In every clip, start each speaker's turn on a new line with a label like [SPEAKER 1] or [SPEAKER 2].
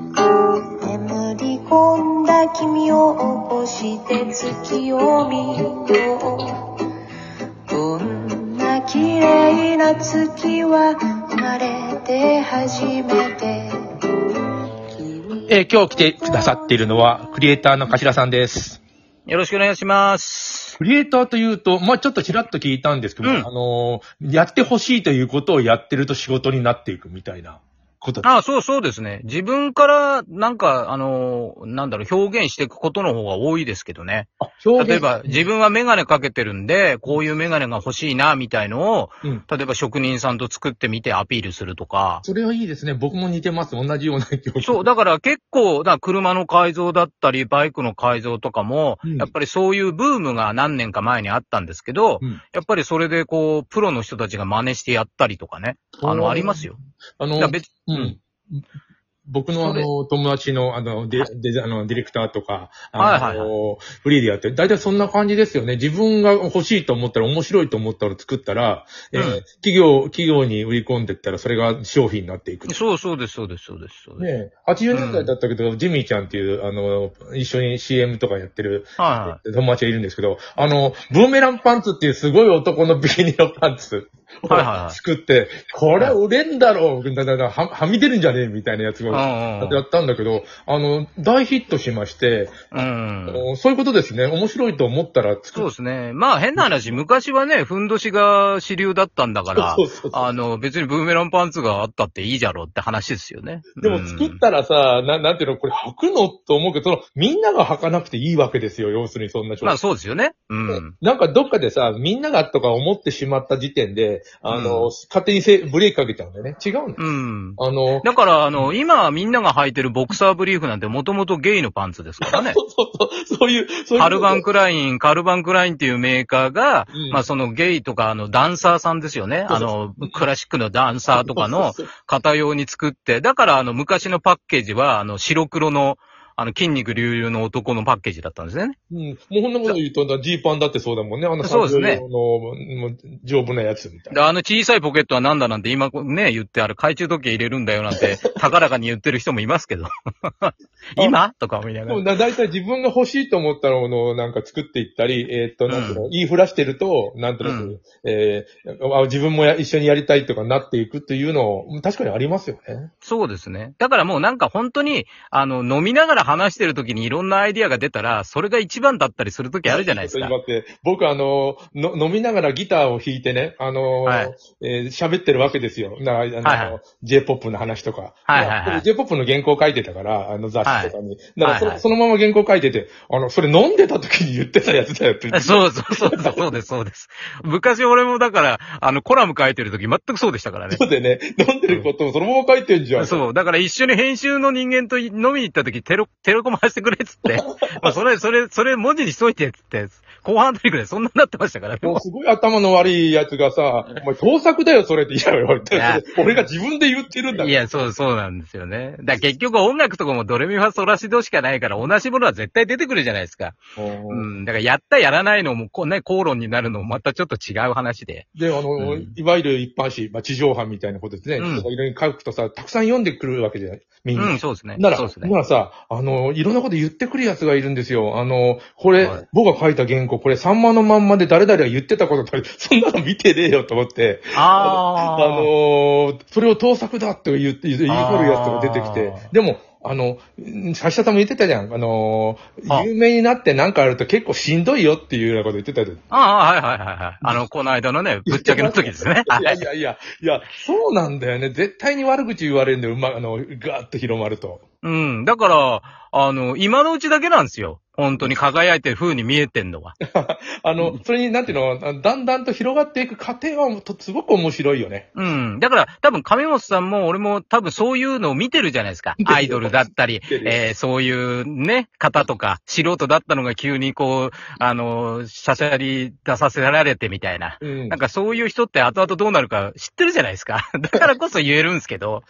[SPEAKER 1] 眠り込んだ君を起こして月を見ようこんな綺麗な月は生まれて初めて
[SPEAKER 2] えー今日来てくださっているのは、クリエイターの頭さんです。
[SPEAKER 3] よろしくお願いします。
[SPEAKER 2] クリエイターというと、まあちょっとちらっと聞いたんですけど、
[SPEAKER 3] うん
[SPEAKER 2] あのーやってほしいということをやってると仕事になっていくみたいなこと。
[SPEAKER 3] ああ、そうそうですね。自分から、なんか、あの、なんだろう、表現していくことの方が多いですけどね。
[SPEAKER 2] あ表現
[SPEAKER 3] 例えば、自分はメガネかけてるんで、こういうメガネが欲しいな、みたいのを、
[SPEAKER 2] うん。
[SPEAKER 3] 例えば職人さんと作ってみてアピールするとか。
[SPEAKER 2] それはいいですね。僕も似てます。同じような表現。
[SPEAKER 3] そう、だから結構、だから車の改造だったり、バイクの改造とかも、
[SPEAKER 2] うん
[SPEAKER 3] やっぱりそういうブームが何年か前にあったんですけど、
[SPEAKER 2] うん
[SPEAKER 3] やっぱりそれでこう、プロの人たちが真似してやったりとかね。あ
[SPEAKER 2] おー
[SPEAKER 3] の、ありますよ。
[SPEAKER 2] あ
[SPEAKER 3] だ
[SPEAKER 2] の
[SPEAKER 3] から別
[SPEAKER 2] うん。僕のあ
[SPEAKER 3] それ
[SPEAKER 2] の、友達の、あの、デデザあのディレクターとか、
[SPEAKER 3] はい
[SPEAKER 2] あ
[SPEAKER 3] はいはい
[SPEAKER 2] の、フリーでやってる、大体そんな感じですよね。自分が欲しいと思ったら、面白いと思ったら作ったら、えー
[SPEAKER 3] うん
[SPEAKER 2] 企業、企業に売り込んでったら、それが商品になっていく。
[SPEAKER 3] そうそうです、そうです、そうです。そうです
[SPEAKER 2] ねえ80年代だったけど、ジミーちゃんっていう、あの、一緒に CM とかやってる
[SPEAKER 3] はいはい。
[SPEAKER 2] 友達がいるんですけど、あの、ブーメランパンツっていうすごい男のビキニのパンツを
[SPEAKER 3] はいはいはい
[SPEAKER 2] 作って、これ売れんだろうみたいな、ははみ出るんじゃねえみたいなやつが
[SPEAKER 3] うんうん
[SPEAKER 2] やったんだけど、あの、大ヒットしまして、
[SPEAKER 3] うん
[SPEAKER 2] あ
[SPEAKER 3] うん。
[SPEAKER 2] のそういうことですね。面白いと思ったら作
[SPEAKER 3] そう
[SPEAKER 2] る。
[SPEAKER 3] ですね。まあ変な話、昔はね、ふんどしが主流だったんだから
[SPEAKER 2] そうそうそう、
[SPEAKER 3] あの、別にブーメランパンツがあったっていいじゃろうって話ですよね。
[SPEAKER 2] でも作っ
[SPEAKER 3] うん
[SPEAKER 2] たらさ、ななんていうの、これ履くのと思うけど、その、みんなが履かなくていいわけですよ。要するにそんな状
[SPEAKER 3] まあ
[SPEAKER 2] 態。
[SPEAKER 3] そうですよね。うん。
[SPEAKER 2] なんかどっかでさ、みんながとか思ってしまった時点で、あの、
[SPEAKER 3] う
[SPEAKER 2] 勝手にせブレーキかけちゃうんだよね。違うんだよ。
[SPEAKER 3] うん。
[SPEAKER 2] あの、
[SPEAKER 3] だから、あの、今みんなが履いてるボクサーブリーフなんてもともとゲイのパンツですからね。
[SPEAKER 2] そうそうそう、そういう、そういう。
[SPEAKER 3] カルバンクライン、カルバンクラインっていうメーカーが、
[SPEAKER 2] うん
[SPEAKER 3] まあそのゲイとかあのダンサーさんですよね。
[SPEAKER 2] そう
[SPEAKER 3] あ
[SPEAKER 2] そ
[SPEAKER 3] の、クラシックのダンサーとかの
[SPEAKER 2] そうそう
[SPEAKER 3] 方用に作って、だからあの昔のパッケージはあの白黒のあの筋肉隆々の男のパッケージだったんですね。
[SPEAKER 2] うん。もうこんなこと言うと、ジーパンだってそうだもんね。あの、
[SPEAKER 3] そうですね
[SPEAKER 2] 産業用の、もう丈夫なやつみたい
[SPEAKER 3] で、
[SPEAKER 2] な。
[SPEAKER 3] あの小さいポケットはなんだなんて今ね、言ってある懐中時計入れるんだよなん て、高らかに言ってる人もいますけど。今とか思いな
[SPEAKER 2] で
[SPEAKER 3] が
[SPEAKER 2] も
[SPEAKER 3] ら。
[SPEAKER 2] だ、だいたい自分が欲しいと思ったものをなんか作っていったり、えーっと、なんていうの、言いふらしてると、なんとなく、えーあ自分もや一緒にやりたいとかなっていくっていうのを、うん確かにありますよね。
[SPEAKER 3] そうですね。だからもうなんか本当に、あの、飲みながら話してる時にいろんなアイディアが出たら、それが一番だったりする時あるじゃないです
[SPEAKER 2] ちょ
[SPEAKER 3] か
[SPEAKER 2] っと。待って、僕あの、の飲みながらギターを弾いてね、あの、
[SPEAKER 3] はい
[SPEAKER 2] えー喋ってるわけですよ。な、あの、
[SPEAKER 3] はいは
[SPEAKER 2] J-POP の話とか。
[SPEAKER 3] はいはいは
[SPEAKER 2] で
[SPEAKER 3] い
[SPEAKER 2] J-POP の原稿書いてたから、あの雑誌とかに。だからそ,、
[SPEAKER 3] はいはい
[SPEAKER 2] そのまま原稿書いてて、あの、それ飲んでた時に言ってたやつだよって言って。
[SPEAKER 3] そうそうそうそう、そうです、そうです。昔俺もだから、あの、コラム書いてる時全くそうでしたからね。
[SPEAKER 2] そうでね、飲んでることをそのまま書いてんじゃん。
[SPEAKER 3] そう。だから一緒に編集の人間と飲みに行った時、テロ、テロコ回してくれっつって。 まあ、それ、それ、それ文字にしといてっつって、後半あたりくらいそんなになってましたからね。
[SPEAKER 2] もうすごい頭の悪いやつがさ、お前盗作だよ、それって言うよ、言われて俺が自分で言ってるんだ
[SPEAKER 3] いや、そう、そうなんですよね。だから結局音楽とかもドレミファソラシドしかないから、同じものは絶対出てくるじゃないですか。
[SPEAKER 2] うん
[SPEAKER 3] うん。だからやったやらないのも、こうね、口論になるのもまたちょっと違う話で。
[SPEAKER 2] で、あの、
[SPEAKER 3] うん
[SPEAKER 2] いわゆる一般紙、まあ、地上波みたいなことですね。
[SPEAKER 3] うん
[SPEAKER 2] 人がいろいろ書くとさ、たくさん読んでくるわけじゃないみんな。
[SPEAKER 3] うん、そうですね。
[SPEAKER 2] なら、
[SPEAKER 3] そうですね
[SPEAKER 2] な。らさ、あの、いろんなこと言ってくるやつがいるんですよ。あの、これ、
[SPEAKER 3] はい
[SPEAKER 2] 僕が書いた原稿、これ、さんまのまんまで誰々が言ってたことだ、 そんなの見てねえよと思って、あ
[SPEAKER 3] あー。
[SPEAKER 2] の、それを盗作だって言って、言い張るやつが出てきて
[SPEAKER 3] あ、ー
[SPEAKER 2] でも、あの、ん差しさんも言ってたじゃん。あの、
[SPEAKER 3] あ
[SPEAKER 2] 有名になってなんかあると結構しんどいよっていうようなこと言ってたじゃん。
[SPEAKER 3] ああ、はいはいはいはい。あの、この間のね、ぶっちゃけの時ですね。
[SPEAKER 2] いやいやいや、いや、そうなんだよね。絶対に悪口言われるんだよ。うま、あの、ガーッと広まると。
[SPEAKER 3] うん。だから、あの、今のうちだけなんですよ。本当に輝いてる風に見えて んのは。
[SPEAKER 2] あの、それに、なんていうの、あだんだんと広がっていく過程は、とすごく面白いよね。
[SPEAKER 3] うん。だから、多分、亀本さんも俺も多分そういうのを見てるじゃないですか
[SPEAKER 2] 見。てるよ
[SPEAKER 3] アイドルだったり、
[SPEAKER 2] てるよ
[SPEAKER 3] えー、そういうね、方とか、素人だったのが急にこう、あの、シャシャリ出させられてみたいな。
[SPEAKER 2] うん
[SPEAKER 3] なんかそういう人って後々どうなるか知ってるじゃないですか。だからこそ言えるんですけど、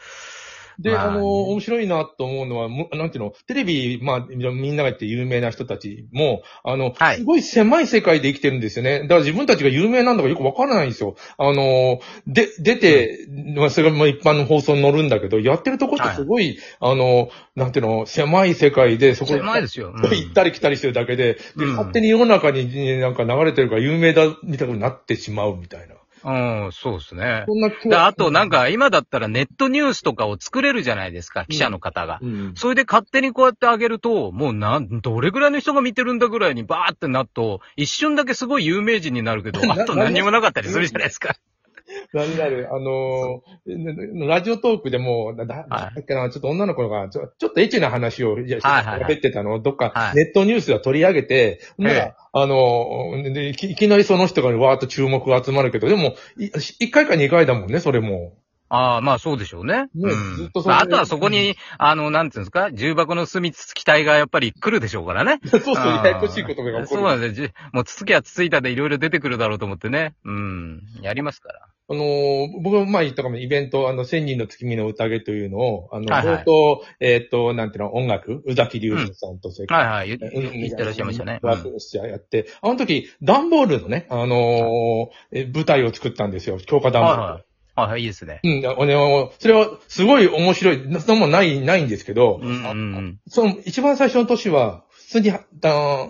[SPEAKER 2] で、
[SPEAKER 3] ま
[SPEAKER 2] あ、
[SPEAKER 3] あ
[SPEAKER 2] の、面白いなと思うのは、むなんていうの、テレビ、まあ、みんなが言って有名な人たちも、あの、
[SPEAKER 3] はい
[SPEAKER 2] すごい狭い世界で生きてるんですよね。だから自分たちが有名なんだかよくわからないんですよ。あの、で、出て、まあ、それがまあ一般の放送に乗るんだけど、やってるとこってすごい、あの、なんていうの、狭い世界で、そこ
[SPEAKER 3] 狭いですよ。うん
[SPEAKER 2] 行ったり来たりしてるだけで、で、
[SPEAKER 3] うん
[SPEAKER 2] 勝手に世の中にねなんか流れてるから有名だ、みたいになってしまうみたいな。
[SPEAKER 3] うん、そうですね。
[SPEAKER 2] そんな
[SPEAKER 3] であとなんか今だったらネットニュースとかを作れるじゃないですか、記者の方が。
[SPEAKER 2] うん、
[SPEAKER 3] それで勝手にこうやって上げると、もうなん、どれぐらいの人が見てるんだぐらいにバーってなっと、一瞬だけすごい有名人になる けど、あと何にもなかったりするじゃないですか。
[SPEAKER 2] 何々あのーラジオトークでも、だ、だ
[SPEAKER 3] は
[SPEAKER 2] だっけな、ちょっと女の子が、ちょちょっとエッチな話を、いや
[SPEAKER 3] はいはいはい
[SPEAKER 2] 喋ってたのを、どっか
[SPEAKER 3] はい
[SPEAKER 2] ネットニュースが取り上げて、
[SPEAKER 3] ええ
[SPEAKER 2] なんかあのーでいき、いきなりその人がわーっと注目が集まるけど、でも、1回か2回だもんね、それも。
[SPEAKER 3] ああ、まあそうでしょうね。
[SPEAKER 2] ね
[SPEAKER 3] うん
[SPEAKER 2] ずっとその
[SPEAKER 3] まあ、あとはそこに、あの、なんていうんですか、重箱の隅つつき隊がやっぱり来るでしょうからね。
[SPEAKER 2] そうそう、
[SPEAKER 3] あ
[SPEAKER 2] や
[SPEAKER 3] ー
[SPEAKER 2] やこしいことが起こ
[SPEAKER 3] そう
[SPEAKER 2] る。あ
[SPEAKER 3] なんですよ。じもうつつきはつついたでいろいろ出てくるだろうと思ってね。うん。やりますから。
[SPEAKER 2] のー僕も前言ったかも、イベント、あの、千人の月見の宴というのを、あの、
[SPEAKER 3] はいはい
[SPEAKER 2] 冒頭、えーっと、なんていうの、音楽、宇崎竜二さんと、それから
[SPEAKER 3] はいはい。言
[SPEAKER 2] うん
[SPEAKER 3] 言ってらっしゃいましたね。う
[SPEAKER 2] ワー
[SPEAKER 3] ん
[SPEAKER 2] クしやって、あの時、段ボールのね、あのーえ舞台を作ったんですよ。強化段ボール。
[SPEAKER 3] はいはい。はいはい、いいですね。
[SPEAKER 2] うん、あの、それは、すごい面白い、そんなもんない、ないんですけど、
[SPEAKER 3] うんうんうん
[SPEAKER 2] あその、一番最初の年は、普通に、あ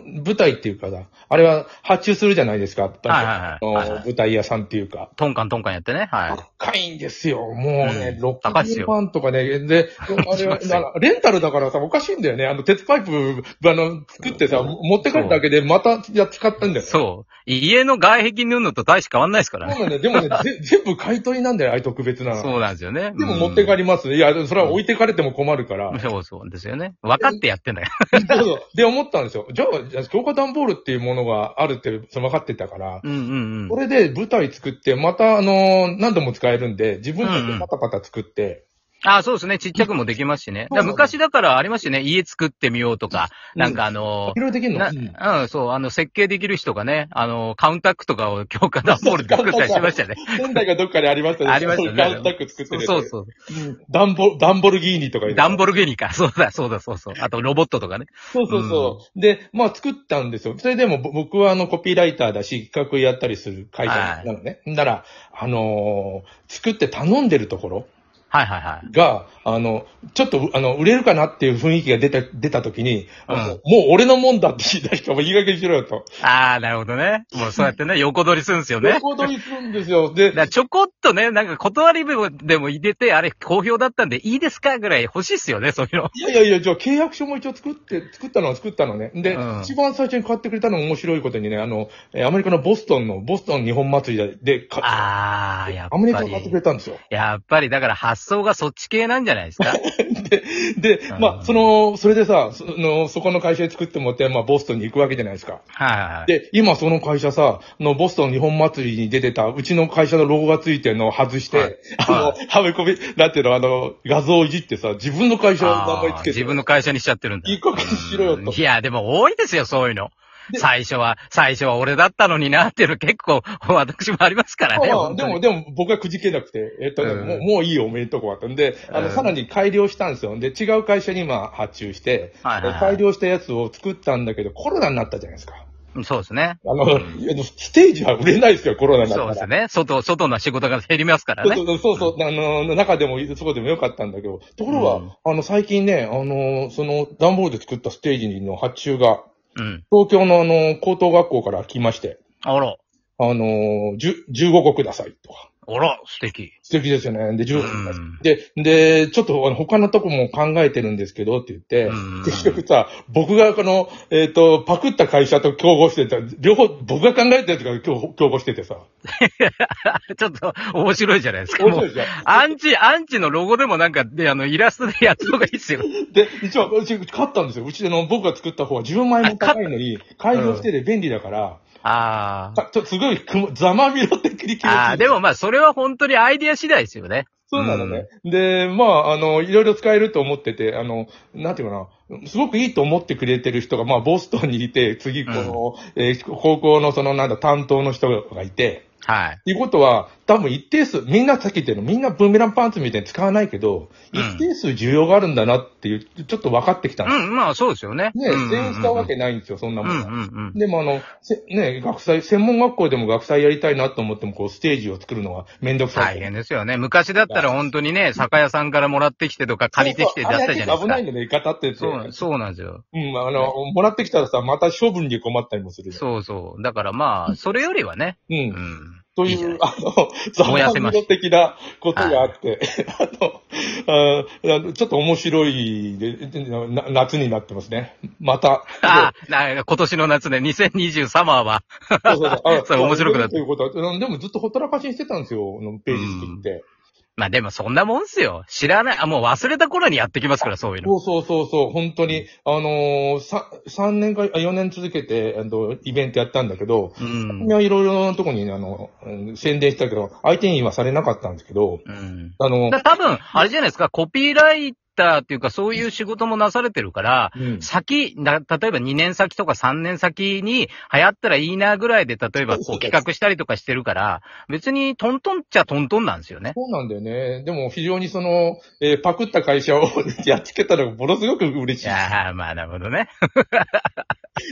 [SPEAKER 2] 舞台っていうかな、あれは発注するじゃないですか。
[SPEAKER 3] はいはいはい
[SPEAKER 2] あの
[SPEAKER 3] はいはい
[SPEAKER 2] 舞台屋さんっていうか。
[SPEAKER 3] トンカントンカンやってね。はい。
[SPEAKER 2] 高いんですよ。もうね、
[SPEAKER 3] うん高いっす
[SPEAKER 2] 60
[SPEAKER 3] よ
[SPEAKER 2] 万とかね。 で、あ
[SPEAKER 3] し
[SPEAKER 2] れ、
[SPEAKER 3] ますよ
[SPEAKER 2] だからレンタルだからさ、おかしいんだよね。あの、鉄パイプ、あの、作ってさ、持って帰るだけで、また、や、使ったんだよ。
[SPEAKER 3] そう。家の外壁塗るのと大して変わんないですから
[SPEAKER 2] そうな
[SPEAKER 3] ね。
[SPEAKER 2] んだよ。でも ね、ぜ全部買い取りなんだよ、あれ特別なの。
[SPEAKER 3] そうなんですよね。
[SPEAKER 2] でも持って帰
[SPEAKER 3] り。
[SPEAKER 2] ります。いや、それは置いてかれても困るから。
[SPEAKER 3] そうそうですよね。分かってやってんだよ。
[SPEAKER 2] そうそうで、思ったんですよ。じゃあじゃあ、強化段ボールっていうものがあるって、その分かってたから、
[SPEAKER 3] うんうんう
[SPEAKER 2] こ
[SPEAKER 3] ん。
[SPEAKER 2] れで舞台作って、また、あのー何度も使えるんで、自分たちでパタパタ作って、
[SPEAKER 3] ああ、そうですね。ちっちゃくもできますしね。だから昔だからありましたよね。家作ってみようとか、なんかあのー
[SPEAKER 2] いろいろできるの。
[SPEAKER 3] な、
[SPEAKER 2] うん
[SPEAKER 3] うん、そう、あの、設計できる人がね、あの、カウンタックとかを強化段ボールで作ったりしましたね。
[SPEAKER 2] 仙台がどっかでありましたね。
[SPEAKER 3] ありましたね
[SPEAKER 2] ガンタック作って
[SPEAKER 3] そ
[SPEAKER 2] る
[SPEAKER 3] う
[SPEAKER 2] やつ
[SPEAKER 3] そうそう。
[SPEAKER 2] ダンボ、ダンボルギーニとか言う
[SPEAKER 3] ダンボルゲニか。そうだ、そうだ、そうそう。あと、ロボットとかね。
[SPEAKER 2] そうそうそう。で、まあ作ったんですよ。それでもぼ僕はあのコピーライターだし、企画やったりする会社なのね。なら、あのー作って頼んでるところ
[SPEAKER 3] はいはいはい。
[SPEAKER 2] が、あの、ちょっと、あの、売れるかなっていう雰囲気が出た、出た時に、あのも
[SPEAKER 3] うん
[SPEAKER 2] う俺のもんだって言い出したもういい加減にしろよと。
[SPEAKER 3] ああ、なるほどね。もうそうやってね、横取りするんですよね。
[SPEAKER 2] 横取りするんですよ。で
[SPEAKER 3] だか、らちょこっとね、なんか断り文でも入れて、あれ、好評だったんでいいですかぐらい欲しいっすよね、そういうの。
[SPEAKER 2] いやいやいや、じゃあ契約書も一応作って、作ったのは作ったのね。で、
[SPEAKER 3] うん
[SPEAKER 2] 一番最初に買ってくれたのが面白いことにね、あの、えーアメリカのボストンの、ボストン日本祭りで、で買っ
[SPEAKER 3] ああ、やっ
[SPEAKER 2] アメリカ
[SPEAKER 3] ぱ
[SPEAKER 2] で買ってく
[SPEAKER 3] り
[SPEAKER 2] れ。たんですよ。
[SPEAKER 3] やっぱり、だから発想がそっち系なんじゃな いですか。
[SPEAKER 2] で、
[SPEAKER 3] うん
[SPEAKER 2] まあ、その、それでさ、その、そこの会社で作ってもらって、まあ、ボストンに行くわけじゃないですか。
[SPEAKER 3] はいはいはい。
[SPEAKER 2] で、今その会社さ、あのボストン日本祭りに出てた、うちの会社のロゴがついてるのを外して、
[SPEAKER 3] はい
[SPEAKER 2] あ
[SPEAKER 3] は
[SPEAKER 2] の、はめ込み、なんていうの、あの、画像をいじってさ、自分の会社の名前
[SPEAKER 3] あ
[SPEAKER 2] つ
[SPEAKER 3] ー
[SPEAKER 2] けて。
[SPEAKER 3] 自分の会社にしちゃってるんだ。
[SPEAKER 2] いい加減にしろよと
[SPEAKER 3] うんいや、でも多いですよ、そういうの。最初は、最初は俺だったのになっていうの結構、私もありますからね。
[SPEAKER 2] まあまあ
[SPEAKER 3] 本当
[SPEAKER 2] で
[SPEAKER 3] に
[SPEAKER 2] も、でも僕はくじけなくて、えっとね、
[SPEAKER 3] うん
[SPEAKER 2] もう、もういいよ、おめでとうこうったんで、あの、
[SPEAKER 3] うん
[SPEAKER 2] さらに改良したんですよ。で、違う会社に今発注して、
[SPEAKER 3] はいはいはい
[SPEAKER 2] 改良したやつを作ったんだけど、コロナになったじゃないですか。
[SPEAKER 3] うんそうですね。
[SPEAKER 2] あの、あのステージは売れないですよ、コロナになった
[SPEAKER 3] そう
[SPEAKER 2] ら。
[SPEAKER 3] ですね。外、外の仕事が減りますからね。
[SPEAKER 2] そうそうそうそう、あの、中でも、そこでもよかったんだけど、ところが、
[SPEAKER 3] うん
[SPEAKER 2] あの、最近ね、あの、その、段ボールで作ったステージの発注が、
[SPEAKER 3] うん。
[SPEAKER 2] 東京のあの、高等学校から来まして、
[SPEAKER 3] あら、
[SPEAKER 2] あの、10 15個ください、とか。
[SPEAKER 3] あら、素敵。
[SPEAKER 2] 素敵ですよね。で、15個くださ
[SPEAKER 3] うん
[SPEAKER 2] い。で、で、ちょっとあの他のとこも考えてるんですけど、って言って
[SPEAKER 3] うん、
[SPEAKER 2] 結局さ、僕がこの、えっ、と、パクった会社と競合してた、両方、僕が考えたやつが競合競合しててさ、
[SPEAKER 3] ちょっと、面白いじゃないですか。
[SPEAKER 2] 面白
[SPEAKER 3] も
[SPEAKER 2] いうじゃん。
[SPEAKER 3] アンチ、アンチのロゴでもなんか、で、あの、イラストでやった方がいい ですよ。
[SPEAKER 2] で、一応、うち、買ったんですよ。うちでの、僕が作った方は10万円も高いのに、改良してて便利だから、
[SPEAKER 3] ああ。
[SPEAKER 2] かちょすごいくも、ざまみろ的に気持ちいい。
[SPEAKER 3] ああ、でもまあ、それは本当にアイディア次第ですよね。
[SPEAKER 2] そうなのね。で、まあ、あの、いろいろ使えると思ってて、あの、なんていうかな、すごくいいと思ってくれてる人が、まあ、ボストンにいて、次、この、えー高校のその、なんだ、担当の人がいて、
[SPEAKER 3] はい。
[SPEAKER 2] いうことは、多分一定数、みんなさっき言ったようにみんなブーメランパンツみたいに使わないけど、
[SPEAKER 3] うん
[SPEAKER 2] 一定数需要があるんだなっていう、ちょっと分かってきたんです。
[SPEAKER 3] うん、まあそうですよね。
[SPEAKER 2] ね、
[SPEAKER 3] うんうんうん
[SPEAKER 2] 全員使うわけないんですよ、そんな
[SPEAKER 3] うん
[SPEAKER 2] も
[SPEAKER 3] うんん
[SPEAKER 2] は。
[SPEAKER 3] うん。
[SPEAKER 2] でもあの、せね、学祭、専門学校でも学祭やりたいなと思っても、こう、ステージを作るのがめんどくさい。
[SPEAKER 3] 大変ですよね。昔だったら本当にね、酒屋さんからもらってきてとか借りてきて出したじゃないです
[SPEAKER 2] そうそうあれやって
[SPEAKER 3] か。
[SPEAKER 2] 危ないんだね、ガタってて。
[SPEAKER 3] そうなんそうなんですよ。
[SPEAKER 2] うん、あの、もらってきたらさ、また処分に困ったりもするじゃん。
[SPEAKER 3] そうそう。だからまあ、それよりはね。
[SPEAKER 2] う。
[SPEAKER 3] うんん。
[SPEAKER 2] と
[SPEAKER 3] い
[SPEAKER 2] い
[SPEAKER 3] いじゃな
[SPEAKER 2] う
[SPEAKER 3] い、
[SPEAKER 2] あの、ザ
[SPEAKER 3] 燃や
[SPEAKER 2] ワ
[SPEAKER 3] せ
[SPEAKER 2] ー
[SPEAKER 3] ま
[SPEAKER 2] ム
[SPEAKER 3] し
[SPEAKER 2] ド的なことがあって、あと、あーあのちょっと面白いで、でな夏になってますね。また。
[SPEAKER 3] ああ、な今年の夏ね、2020サマーは。
[SPEAKER 2] そうそうそうあ
[SPEAKER 3] そう面白くなって
[SPEAKER 2] ということは、うんでもずっとほったらかしにしてたんですよ、あのページ作って。
[SPEAKER 3] まあでもそんなもんっすよ。知らない、あ、もう忘れた頃にやってきますから、そういうの。
[SPEAKER 2] そうそうそうそう、本当に、あのー、さ3年か、あ4年続けて、あの、イベントやったんだけど、
[SPEAKER 3] うん
[SPEAKER 2] い。やいろいろなとこに、あの、うん宣伝したけど、相手にはされなかったんですけど、
[SPEAKER 3] うん。
[SPEAKER 2] あの、
[SPEAKER 3] だ多分、あれじゃないですか、コピーライターっていうか、そういう仕事もなされてるから、
[SPEAKER 2] うん
[SPEAKER 3] 先、な例えば2年先とか3年先に流行ったらいいなぐらいで、例えば
[SPEAKER 2] そ
[SPEAKER 3] こ
[SPEAKER 2] う
[SPEAKER 3] う
[SPEAKER 2] です
[SPEAKER 3] 企画したりとかしてるから、別にトントンっちゃトントンなんですよね。
[SPEAKER 2] そうなんだよね。でも非常にその、えーパクった会社をやっつけたのがものすごく嬉し
[SPEAKER 3] い
[SPEAKER 2] い。
[SPEAKER 3] やー、まあなるほどね。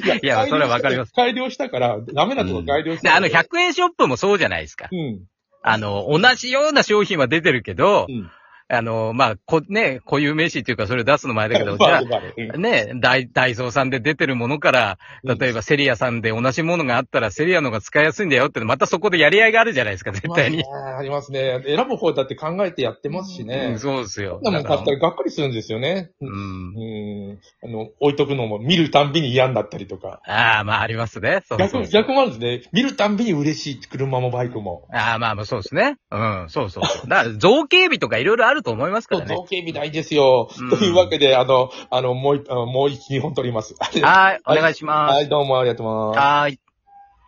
[SPEAKER 2] いや
[SPEAKER 3] いやそれはわかります。
[SPEAKER 2] 改良したから、ダメなとこ改良し
[SPEAKER 3] で、
[SPEAKER 2] た。
[SPEAKER 3] あの、100円ショップもそうじゃないですか。
[SPEAKER 2] うん。
[SPEAKER 3] あの、同じような商品は出てるけど
[SPEAKER 2] う、ん。
[SPEAKER 3] あの、まあ、こ、ね、固有名詞っていうか、それを出すのもあれだ けど、じゃ
[SPEAKER 2] バ
[SPEAKER 3] あ
[SPEAKER 2] レ、バレうん
[SPEAKER 3] ね、ダイダイソーさんで出てるものから、例えばセリアさんで同じものがあったらセリアのが使いやすいんだよって、またそこでやり合いがあるじゃないですか、絶対に。
[SPEAKER 2] まあねありますね。選ぶ方だって考えてやってますし
[SPEAKER 3] う
[SPEAKER 2] ね
[SPEAKER 3] ん。そうですよ。
[SPEAKER 2] そんなもん買った
[SPEAKER 3] だから
[SPEAKER 2] がっかりするんですよね。
[SPEAKER 3] らうん
[SPEAKER 2] う。ん。あの、置いとくのも見るたんびに嫌になったりとか。
[SPEAKER 3] ああ、まあありますね。そうそう
[SPEAKER 2] 逆、逆もあるんですね。見るたんびに嬉しい。車もバイクも。
[SPEAKER 3] ああ、まあまあそうですね。うん、そうそうそう。だから造形美とかいろいろあると思いますか
[SPEAKER 2] そ
[SPEAKER 3] ら
[SPEAKER 2] う、
[SPEAKER 3] ね。
[SPEAKER 2] 造形美大ですよ。
[SPEAKER 3] うん
[SPEAKER 2] というわけで、あの、あの、もう一、あのもう一、二本撮ります。
[SPEAKER 3] はい、お願いしま
[SPEAKER 2] は
[SPEAKER 3] す。
[SPEAKER 2] い、どうもありがとうございます。
[SPEAKER 3] はーい。